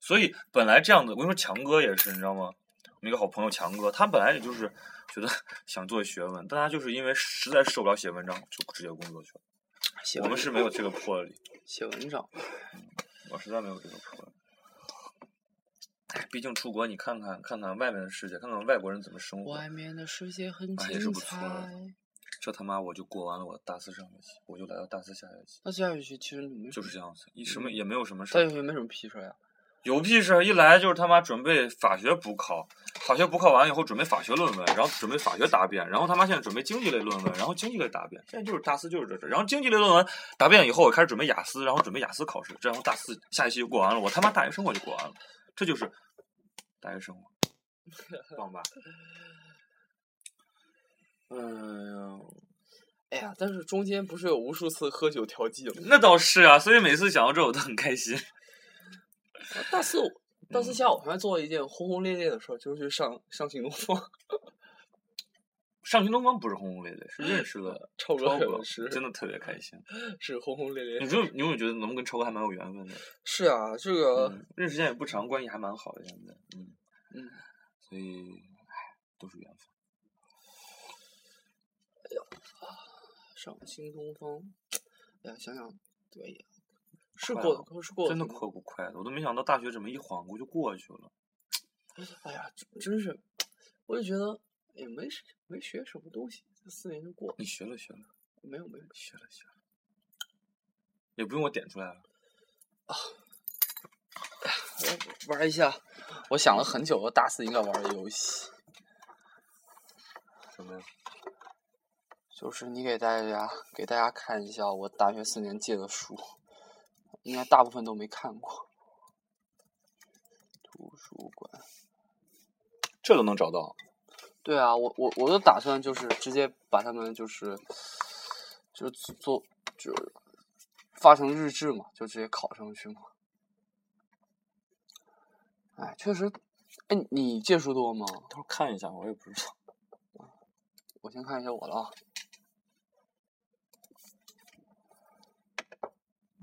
B: 所以本来这样子，我跟你说，强哥也是，你知道吗？我们一个好朋友强哥，他本来也就是觉得 想做学问，但他就是因为实在受不了写文章，就直接工作去了。
A: 写
B: 我
A: 文
B: 们是没有这嗯个魄力。
A: 写文章，
B: 我实在没有这个谱了。哎，毕竟出国，你看看看看外面的世界，看看外国人怎么生活，
A: 外面的世界很
B: 哎也是
A: 精
B: 不错的
A: 彩。
B: 这他妈我就过完了我大四上学期，我就来到大四下学期，
A: 那下学期其实你没
B: 就是这
A: 样，
B: 样子，一什么也没有什么事
A: 下
B: 儿
A: 学，期没什么屁事儿呀、
B: 有屁事儿！一来就是他妈准备法学补考，法学补考完以后准备法学论文，然后准备法学答辩，然后他妈现在准备经济类论文，然后经济类答辩，现在就是大四就是这事儿。然后经济类论文答辩以后，我开始准备雅思，然后准备雅思考试，这然后大四下学期就过完了，我他妈大学生活就过完了，这就是大学生活。棒吧？嗯、
A: 哎呀，但是中间不是有无数次喝酒调剂吗？
B: 那倒是啊，所以每次想到这我都很开心。
A: 大四我大四下午还做了一件轰轰烈烈的事儿，就是去上上新东方
B: 上学东方不是轰轰烈烈，是认识了
A: 超哥
B: 超
A: 还
B: 哥
A: 有是，
B: 真的特别开心。
A: 是轰轰烈
B: 你
A: 烈。
B: 就你有没有觉得能跟超哥还蛮有缘分的？
A: 是啊，这个、
B: 嗯，认识时间也不长，关系还蛮好的，现在，嗯
A: 嗯，
B: 所以唉都是缘分。
A: 上新东方，哎呀，想想对呀，是
B: 快
A: 过
B: 了
A: 得是过得
B: 真的
A: 挺
B: 快不快的，我都没想到大学怎么一晃过就过去了。
A: 哎呀，真真是，我就觉得也没什没学什么东西，这四年就过了，
B: 你学了学了，
A: 没有没有，
B: 学了学了，也不用我点出来了。
A: 我玩一下，我想了很久，我大四应该玩的游戏。
B: 怎么样？
A: 就是你给大家给大家看一下我大学四年借的书，应该大部分都没看过。图书馆。
B: 这都能找到，
A: 对啊，我我我都打算就是直接把它们就是就是做就是发成日志嘛，就直接拷上去嘛。哎，确实，哎，你借书多吗？
B: 到时候看一下，我也不知道。
A: 我先看一下我的啊。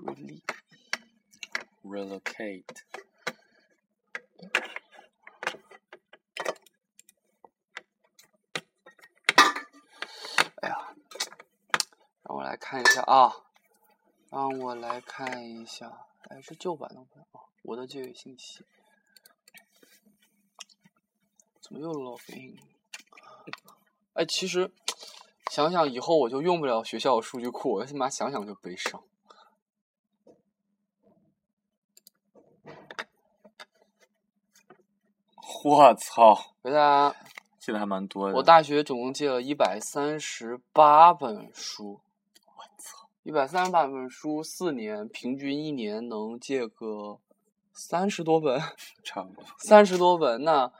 A: Really
B: Relocate，
A: 哎让我来看一下啊，让我来看一下，哎，是旧版的吗啊，我的借阅信息，怎么又 login？哎，其实想想以后我就用不了学校的数据库，我他妈想想就悲伤。
B: 我操，
A: 给大家，
B: 记得还蛮多的。
A: 我大学总共借了一百三十八本书，
B: 我操，
A: 一百三十八本书，四年平均一年能借个三十多本。
B: 差不多。
A: 三十多本，那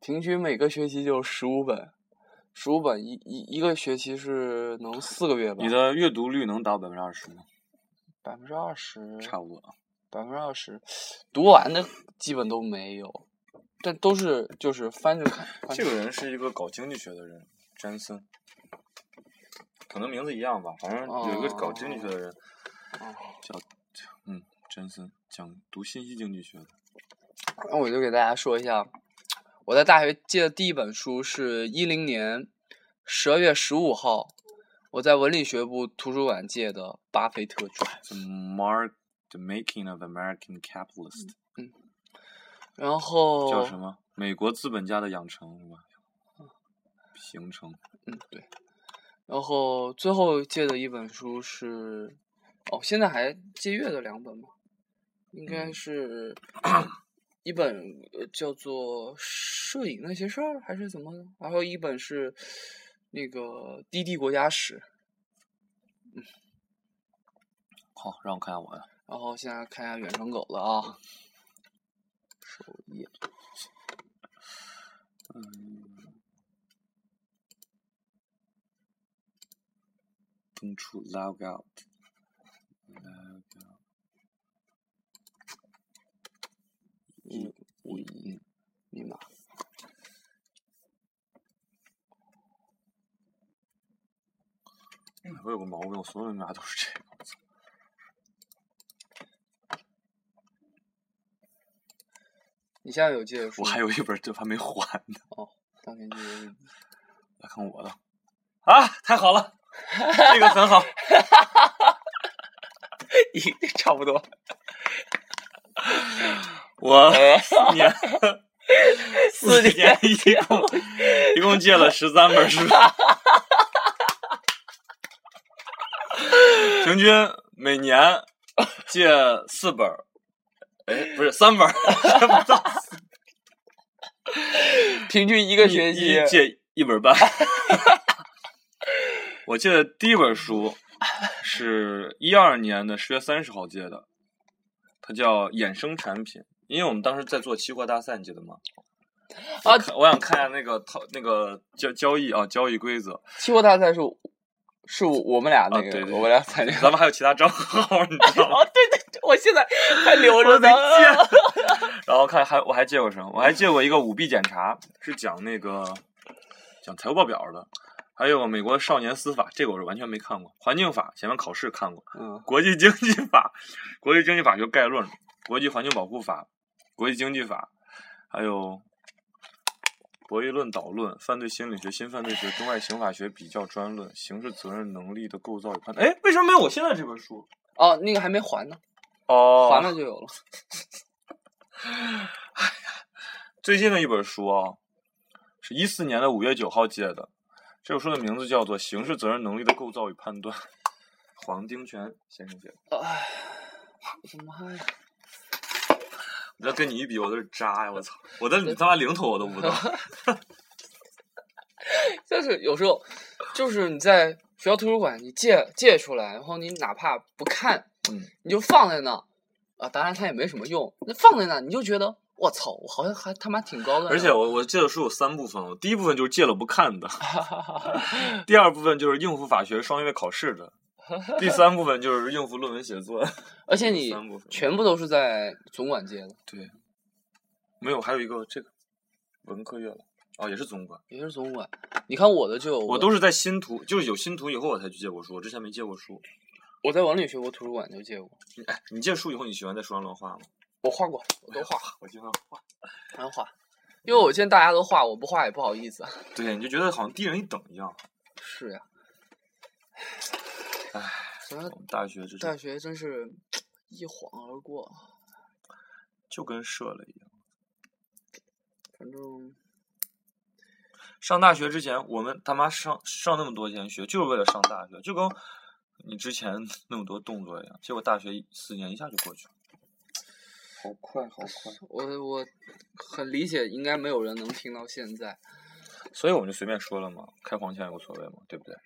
A: 平均每个学期就十五本，十五本一一一个学期是能四个月吧
B: 你？的阅读率能达到百分之二十吗？
A: 百分之二十，
B: 差不多。
A: 百分之二十，读完的基本都没有，但都是就是翻着看。翻
B: 这
A: 着
B: 个人是一个搞经济学的人，詹森，可能名字一样吧，反正有一个搞经济学的人，
A: 看啊
B: 叫嗯詹森，讲读信息经济学的。
A: 那我就给大家说一下，我在大学借的第一本书是一零年十二月十五号，我在文理学部图书馆借的《巴菲特传》。
B: The Mark The Making of American Capitalist、
A: 然后
B: 叫什么？美国资本家的养成是吧？形成
A: 嗯，对。然后最后借的一本书是，哦，现在还借阅的两本吗？应该
B: 嗯
A: 是一本呃叫做《摄影那些事儿》还是怎么的，然后一本是那个《低地国家史》，
B: 好，让我看下我的。
A: 然后现在看一下远程狗了啊。首页，
B: 登出 log out。嗯
A: 一五一，密码。
B: 哎我有个毛病，我所有的密码都是这个。我操
A: 你现在有借的书
B: 我
A: 吗？
B: 还有一本，这还没还呢。
A: 当年借 的
B: 来看我的。啊，太好了，这个很好。
A: 一差不多。
B: 我四年，
A: 四
B: 四年一共一共借了十三本书，平均每年借四本儿，哎，不是三本儿， 什么到
A: 平均一个
B: 一
A: 学期
B: 一借一本半。 我借的第一本书是一二年的十月三十号借的，它叫《衍生产品》，因为我们当时在做期货大赛，你记得吗？
A: 啊
B: 我看我想看一下那个套那个交交易啊，交易规则。
A: 期货大赛是我是我我们俩那个，
B: 啊对对
A: 我们俩参加。
B: 咱们还有其他账号，你知道吗？
A: 哦，对对对，我现在还留
B: 我
A: 着
B: 没
A: 呢。嗯
B: 借。 然后看还我还借过什么？我还借过一个舞弊检查，是讲那个讲财务报表的，还有美国少年司法，这个我是完全没看过。环境法前面考试看过，
A: 嗯，
B: 国际经济法，国际经济法就概论，国际环境保护法，国际经济法，还有博弈论导论、犯罪心理学、新犯罪学、中外刑法学比较专论、刑事责任能力的构造与判断。哎，为什么没有我现在这本书？
A: 哦，那个还没还呢，
B: 哦，
A: 还了就有了。
B: 最近的一本书啊、是一四年的五月九号借的。这本书的名字叫做《刑事责任能力的构造与判断》，黄丁权先生写的。
A: 哎，我的妈呀！
B: 你要跟你一比，我都是渣呀！我操， 我的你他妈零头我都不到。
A: 就是有时候就是你在学校图书馆你借借出来，然后你哪怕不看，
B: 嗯
A: 你就放在那儿啊，当然它也没什么用，那放在那儿你就觉得我操，我好像还他妈挺高的呢，
B: 而且我我借的书有三部分，我第一部分就是借了不 看的，第二部分就是应付法学双月考试的，第三部分就是应付论文写作。
A: 而且你
B: 三部分
A: 全部都是在总管借的，
B: 对，没有，还有一个这个文科阅览，哦，也是总管，
A: 也是总管。你看我的就有
B: 我都是在新图，就是有新图以后我才去借过书，我之前没借过书。
A: 我在文理学过图书馆就借过，
B: 你哎，你借书以后，你喜欢在书上乱画吗？
A: 我画过，我都画，
B: 我经常画。
A: 全画。因为我见大家都画，我不画也不好意思。啊
B: 对，你就觉得好像低人一等一样。
A: 是呀、
B: 唉，
A: 咱们
B: 我们大学这
A: 大
B: 是
A: 学真是一晃而过，啊
B: 就跟射了一样。
A: 反正
B: 上大学之前，我们他妈上上那么多天学，就是为了上大学，就跟你之前 那么多动作一样。结果大学一四年一下就过去了，好快，好快。
A: 我我很理解，应该没有人能听到现在，
B: 所以我们就随便说了嘛，开黄腔也无所谓嘛，对不对？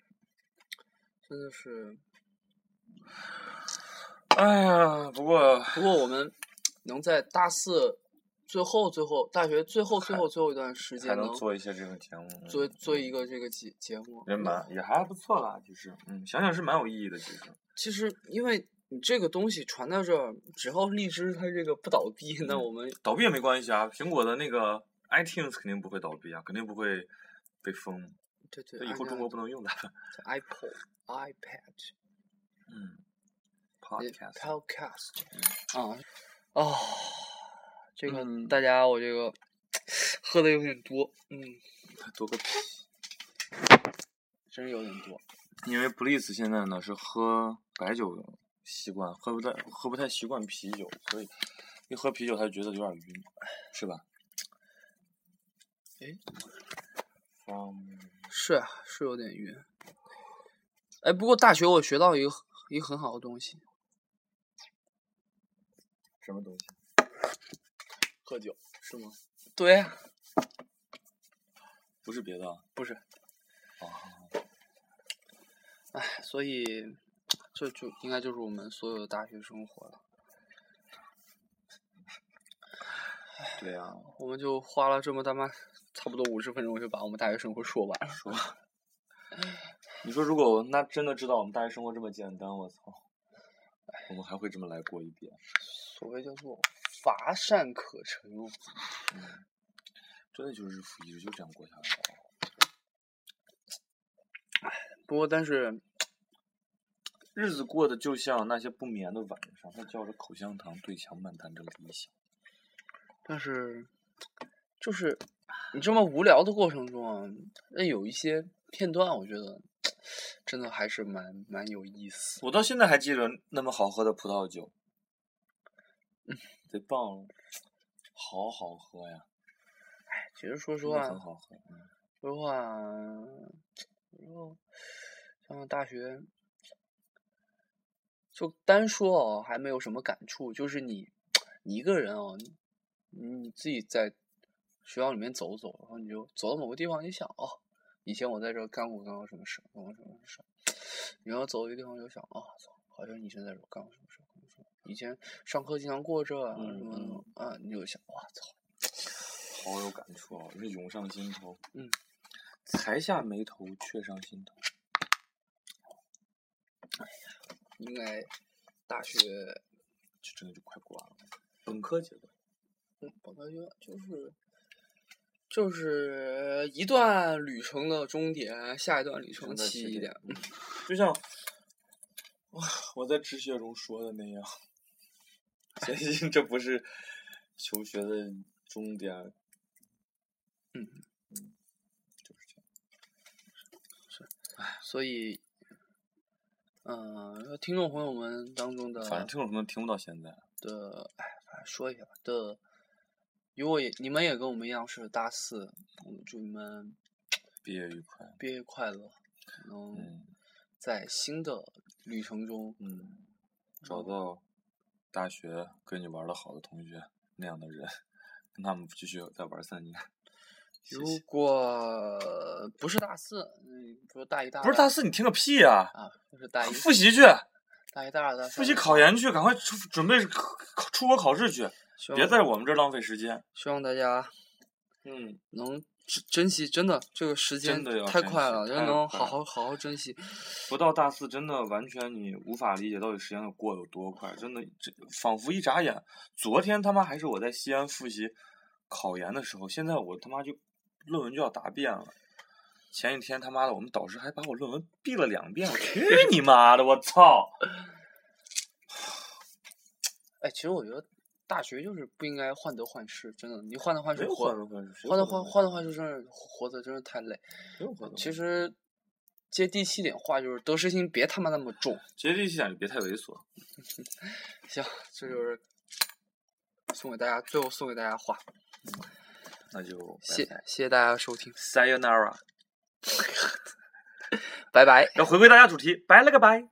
A: 真的是。
B: 哎呀，不过
A: 不过我们能在大四最后最后大学最后最后最后一段时
B: 还
A: 间
B: 能
A: 能
B: 做一些这种节目，嗯
A: 做做一个这个节节目，啊
B: 也蛮也还不错啦，其实，嗯，想想是蛮有意义的，其实。
A: 其实因为你这个东西传到这儿，只要荔枝它这个不倒闭，那
B: 嗯
A: 我们
B: 倒闭也没关系啊，苹果的那个 iTunes 肯定不会倒闭啊，肯定不会被封。
A: 对对
B: 这以后中国不能用它。
A: Apple、iPad、
B: 嗯
A: p
B: ，Podcast
A: o d c a s t 啊哦，这个大家我这个喝的有点多，嗯，
B: 多个屁，
A: 真是有点多。
B: 因为 Bliss 现在呢是喝白酒习惯，喝不太喝不太习惯啤酒，所以一喝啤酒他就觉得有点晕，是吧？
A: 诶，
B: 嗯，
A: 是啊，是有点晕。哎，不过大学我学到一个很一个很好的东西，
B: 什么东西？
A: 喝酒是吗？对啊呀、
B: 不是别的啊，
A: 不是。哦哎，所以这就应该就是我们所有的大学生活了。
B: 对啊呀、
A: 我们就花了这么大妈差不多五十分钟就把我们大学生活说完了。
B: 说，你说如果我那真的知道我们大学生活这么简单，我操，我们还会这么来过一遍？
A: 所谓叫做乏善可陈哦。
B: 真的就是日复一日，就这样过下来了。
A: 不过，但是
B: 日子过得就像那些不眠的晚上，他嚼着口香糖，对墙漫谈着理想。
A: 但是就是你这么无聊的过程中啊，那有一些片段，我觉得真的还是蛮蛮有意思。
B: 我到现在还记着那么好喝的葡萄酒，嗯贼棒了，好好喝呀，
A: 其实说实
B: 真的
A: 话，
B: 很好喝。嗯
A: 说实话，然后上大学，就单说哦，还没有什么感触。就是你，你一个人哦，你你自己在学校里面走走，然后你就走到某个地方，你想哦，以前我在这儿干过干过什么事儿，干过什么事儿。然后走到一个地方就想，哦，操，好像以前在这儿干过什么事儿，干过什么事儿。以前上课经常过这啊什
B: 嗯
A: 么
B: 嗯
A: 的啊，你就想，哇操，
B: 好有感触啊，是涌上心头。
A: 嗯，
B: 才下眉头，却上心头。
A: 应该大学
B: 就真的就快过完了。本科阶段，
A: 嗯，我感觉就是就是一段旅程的终点，下一段旅程
B: 真的
A: 起
B: 是
A: 点。
B: 这样，嗯就像哇，我在致谢中说的那样， 相信这不是求学的终点。
A: 嗯
B: 嗯就是这样。
A: 所以，嗯、听众朋友们当中的
B: 反正听众朋友们听不到现在，
A: 的，哎，反正说一下吧的，如果也你们也跟我们一样是大四，我们祝你们
B: 毕业愉快。
A: 毕业快乐，能
B: 嗯
A: 在新的旅程中，
B: 嗯，找到大学跟你玩的好的同学那样的人，跟他们继续再玩三年。
A: 如果不是大四，嗯，不是大一、大二，
B: 不是大四，你听个屁呀、
A: 啊，就是大一、
B: 复习去，
A: 大一、大二、大三。
B: 复习考研去，赶快出准备考考出国考试去，
A: 希望
B: 别在我们这儿浪费时间。
A: 希望大家
B: 嗯，
A: 能珍珍惜，真的这个时间
B: 真的要
A: 太
B: 珍
A: 快
B: 惜
A: 了，真
B: 太
A: 能
B: 快
A: 好
B: 了
A: 好好好珍惜。
B: 不到大四，真的完全你无法理解到底时间过有多快，真的，这仿佛一眨眼，昨天他妈还是我在西安复习考研的时候，现在我他妈就论文就要答辩了。前几天他妈的，我们导师还把我论文毙了两遍，我去你妈的，我操！
A: 哎，其实我觉得大学就是不应该患得患失，真的，你患得患
B: 没
A: 失
B: 有
A: 活
B: 换的换
A: 患得患患得患失，真是活得真是太累。
B: 没有换的。
A: 其实接地气点话就是得失心别他妈那么重。
B: 接地气点，你别太猥琐。
A: 行，这就是送给大家，最后送给大家话，
B: 那就
A: 谢谢谢大家收听，
B: Sayonara，
A: 拜拜。
B: 要回归大家主题，拜了个拜。